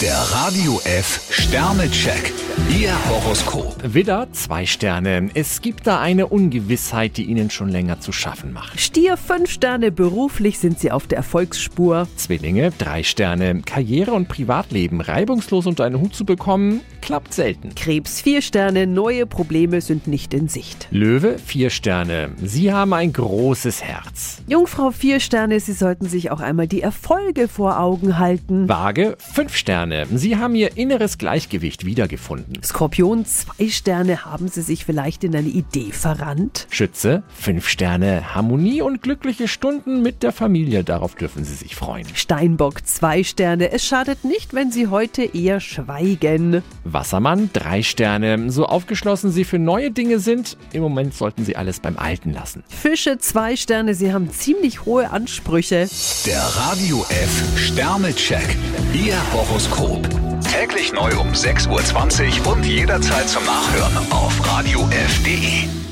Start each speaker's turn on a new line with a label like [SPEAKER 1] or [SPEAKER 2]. [SPEAKER 1] Der Radio F Sternecheck. Ihr Horoskop.
[SPEAKER 2] Widder, zwei Sterne. Es gibt da eine Ungewissheit, die Ihnen schon länger zu schaffen macht.
[SPEAKER 3] Stier, fünf Sterne, beruflich sind Sie auf der Erfolgsspur.
[SPEAKER 2] Zwillinge, drei Sterne. Karriere und Privatleben reibungslos unter einen Hut zu bekommen, klappt selten.
[SPEAKER 3] Krebs, vier Sterne, neue Probleme sind nicht in Sicht.
[SPEAKER 2] Löwe, vier Sterne. Sie haben ein großes Herz.
[SPEAKER 3] Jungfrau, vier Sterne, Sie sollten sich auch einmal die Erfolge vor Augen halten.
[SPEAKER 2] Waage, fünf Sterne. Sie haben Ihr inneres Gleichgewicht wiedergefunden.
[SPEAKER 3] Skorpion, zwei Sterne, haben Sie sich vielleicht in eine Idee verrannt?
[SPEAKER 2] Schütze, fünf Sterne. Harmonie und glückliche Stunden mit der Familie, darauf dürfen Sie sich freuen.
[SPEAKER 3] Steinbock, zwei Sterne, es schadet nicht, wenn Sie heute eher schweigen.
[SPEAKER 2] Wassermann, drei Sterne. So aufgeschlossen Sie für neue Dinge sind, im Moment sollten Sie alles beim Alten lassen.
[SPEAKER 3] Fische, zwei Sterne, Sie haben ziemlich hohe Ansprüche.
[SPEAKER 1] Der Radio F Sternecheck. Ihr Horoskop. Täglich neu um 6.20 Uhr und jederzeit zum Nachhören auf Radio radiof.de.